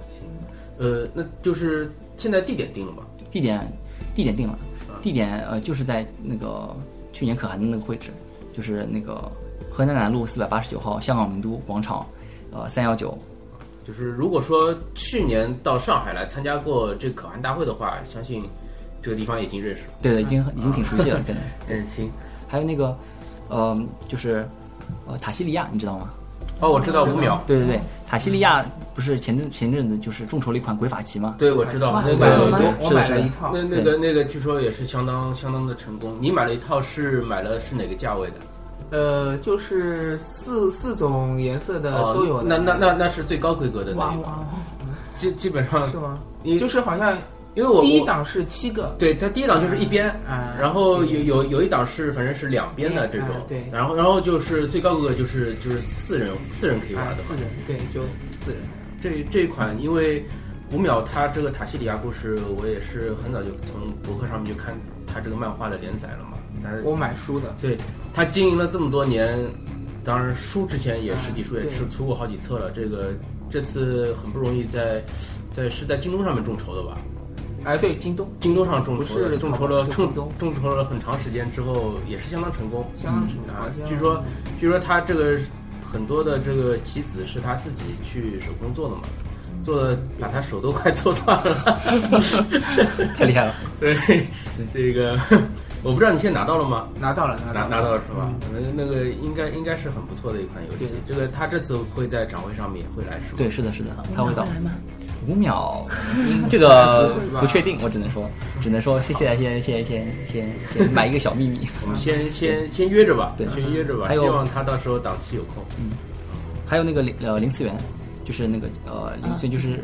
Speaker 1: 呃，那就是现在地点定了吗？
Speaker 3: 地点地点定了，地点呃就是在那个去年可汗的那个会址，就是那个河南南路四百八十九号香港名都广场，呃三幺九。
Speaker 1: 就是如果说去年到上海来参加过这可汗大会的话，相信这个地方已经认识了。
Speaker 3: 对的，已经已经挺熟悉了，可能。
Speaker 1: 嗯，行。
Speaker 3: 还有那个，呃，就是呃塔西利亚，你知道吗？
Speaker 1: 哦，我知道五秒。
Speaker 3: 对对对，塔西利亚不是前阵前阵子就是众筹了一款鬼法
Speaker 1: (laughs)
Speaker 3: 旗吗？
Speaker 1: 对，我知道
Speaker 4: 哇
Speaker 1: 那
Speaker 4: 我买
Speaker 1: 个
Speaker 4: 了
Speaker 3: 对是
Speaker 4: 我
Speaker 3: 的
Speaker 4: 买
Speaker 3: 是的
Speaker 4: 了一套
Speaker 1: 那，那个那个，据说也是相当相当的成功。你买了一套是买了是哪个价位的？
Speaker 4: 呃，就是四四种颜色的
Speaker 1: 哦
Speaker 4: 呃都有的。
Speaker 1: 那那那那是最高规格的那
Speaker 2: 哇
Speaker 1: 一
Speaker 2: 哇
Speaker 1: 款，，基基本上
Speaker 4: 是，吗？
Speaker 1: 因为
Speaker 4: 就是好像
Speaker 1: 因为我
Speaker 4: 第一
Speaker 1: 我
Speaker 4: 档是七个，
Speaker 1: 对它第一档就是一边，
Speaker 4: 啊，
Speaker 1: 然后有有有一档是反正是两边的这种
Speaker 4: 啊，对
Speaker 1: 然后然后就是最高规格就是就是四人四人可以玩
Speaker 4: 啊
Speaker 1: 的嘛
Speaker 4: 四。人，对，就四人。
Speaker 1: 这这一款因为五秒它这个塔西里亚故事，我也是很早就从博客上面就看它这个漫画的连载了嘛，但是
Speaker 4: 我买书的，
Speaker 1: 对他经营了这么多年，当然书之前也实体书也
Speaker 4: 对
Speaker 1: 是出过好几册了。这个这次很不容易在，在是在京东上面众筹的吧？
Speaker 4: 哎，对，京东
Speaker 1: 京东上众筹
Speaker 4: 不
Speaker 1: 的，
Speaker 4: 是
Speaker 1: 众筹了
Speaker 4: 淘宝是
Speaker 1: 众
Speaker 4: 京东
Speaker 1: 众筹了很长时间之后，也是相当成功
Speaker 4: 相当成功，
Speaker 1: 啊
Speaker 4: 好像。
Speaker 1: 据说据说他这个很多的这个棋子是他自己去手工做的嘛。做的把他手都快做断
Speaker 3: (laughs)
Speaker 1: 了，
Speaker 3: 太厉害了。
Speaker 1: 对，这个我不知道你现在拿到了吗？
Speaker 4: 拿到了，拿
Speaker 1: 拿
Speaker 4: 到
Speaker 1: 拿到了是吧
Speaker 4: 嗯？
Speaker 1: 那那个应该应该是很不错的一款游戏
Speaker 4: 对。
Speaker 1: 这个它这次会在展会上面也会来是吧？
Speaker 3: 对，是的，是的，他会到
Speaker 2: 来吗？
Speaker 3: 五秒，这个
Speaker 4: 不会吧
Speaker 3: 不确定，我只能说，只能说谢谢谢谢谢谢谢谢谢，买一个小秘密。
Speaker 1: 我们先先先约着吧，
Speaker 3: 对
Speaker 1: 先约着吧。
Speaker 3: 还有嗯
Speaker 1: 希望他到时候档期有空。
Speaker 3: 还有那个零呃零次元，就是那个呃零次元就是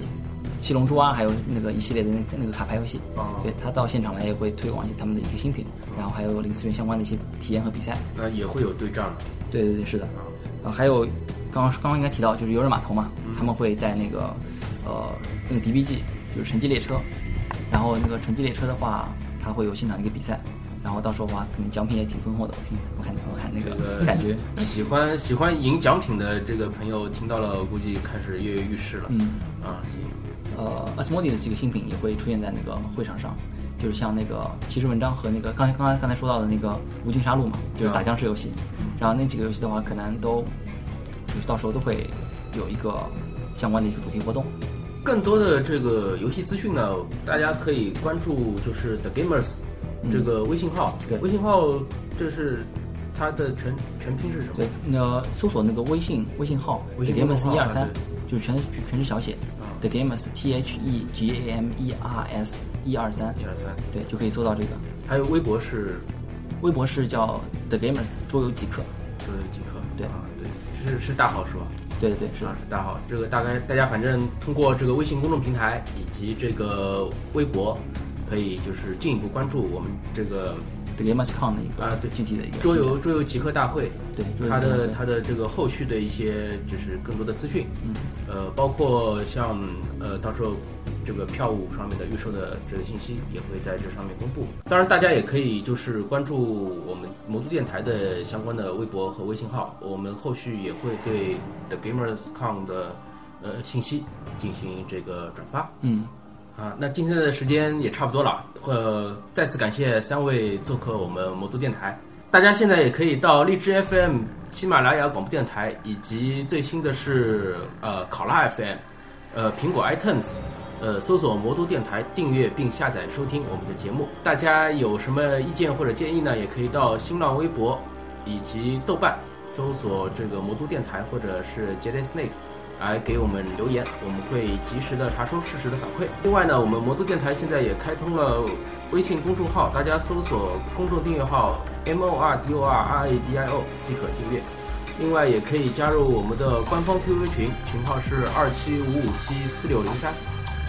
Speaker 3: 七龙珠啊，还有那个一系列的那个那个卡牌游戏。
Speaker 1: 哦
Speaker 3: 对他到现场来也会推广一些他们的一个新品，然后还有零次元相关的一些体验和比赛。
Speaker 1: 那也会有对战的。
Speaker 3: 对对对，是的。
Speaker 1: 啊
Speaker 3: 呃，还有刚刚刚刚应该提到就是游人码头嘛，
Speaker 1: 嗯
Speaker 3: 他们会带那个呃那个 DBG，就是城际列车，然后那个城际列车的话，它会有现场一个比赛。然后到时候的话，可能奖品也挺丰厚的。我听我看我看那
Speaker 1: 这
Speaker 3: 个
Speaker 1: 个
Speaker 3: 感觉，
Speaker 1: 喜欢喜欢赢奖品的这个朋友听到了，我估计开始跃跃欲试了。
Speaker 3: 嗯，
Speaker 1: 啊，行，
Speaker 3: 呃 a s m o d i 的几个新品也会出现在那个会场上，就是像那个骑士文章和那个刚才刚才刚才说到的那个无尽杀戮嘛，就是
Speaker 1: 啊
Speaker 3: 打僵尸游戏。然后那几个游戏的话，可能都就是到时候都会有一个相关的一个主题活动。
Speaker 1: 更多的这个游戏资讯呢，大家可以关注就是 The Gamers 这个微信号。
Speaker 3: 嗯对
Speaker 1: 微信号这是它的全全拼是什么？
Speaker 3: 对，那搜索那个微信微信号
Speaker 1: 微
Speaker 3: The
Speaker 1: 信公众
Speaker 3: Gamers
Speaker 1: 号
Speaker 3: 一
Speaker 1: 啊
Speaker 3: 二三，就是全全是小写
Speaker 1: 啊
Speaker 3: The Gamers T H E G A M E R S 一二三
Speaker 1: 一，二三，
Speaker 3: 对，就可以搜到这个。
Speaker 1: 还有微博是
Speaker 3: 微博是叫 The Gamers 桌游极客。
Speaker 1: 周游即可。
Speaker 3: 对
Speaker 1: 啊，对，是是大号是吧？
Speaker 3: 对对对，是的
Speaker 1: 啊，。是大号。这个大概大家反正通过这个微信公众平台以及这个微博，可以就是进一步关注我们这个
Speaker 3: The Gamers Con 的一个
Speaker 1: 啊对
Speaker 3: 具体的一个
Speaker 1: 桌游桌游极客大会，
Speaker 3: 对桌游
Speaker 1: 它
Speaker 3: 极客
Speaker 1: 的
Speaker 3: 大会
Speaker 1: 它的这个后续的一些就是更多的资讯，嗯，呃，包括像呃到时候。这个票务上面的预售的这个信息也会在这上面公布。当然，大家也可以就是关注我们魔都电台的相关的微博和微信号，我们后续也会对 The Gamers Con 的呃信息进行这个转发。
Speaker 3: 嗯，
Speaker 1: 啊，那今天的时间也差不多了，呃，再次感谢三位做客我们魔都电台。大家现在也可以到荔枝 FM、喜马拉雅广播电台，以及最新的是呃考拉 FM，呃苹果 iTunes，呃搜索魔都电台订阅并下载收听我们的节目。大家有什么意见或者建议呢？也可以到新浪微博以及豆瓣搜索这个魔都电台或者是 Jelly Snake。来给我们留言，我们会及时的查出适时的反馈。另外呢，我们魔都电台现在也开通了微信公众号，大家搜索公众订阅号 M O R D O R R A D I O 即可订阅。另外，也可以加入我们的官方 QQ 群，群号是二七五五七四六零三，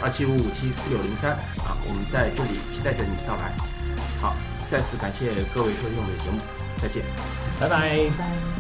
Speaker 1: 二七五五七四六零三啊，我们在这里期待着你的到来。好，再次感谢各位收听我们的节目，再见。
Speaker 5: 拜拜。
Speaker 2: 拜。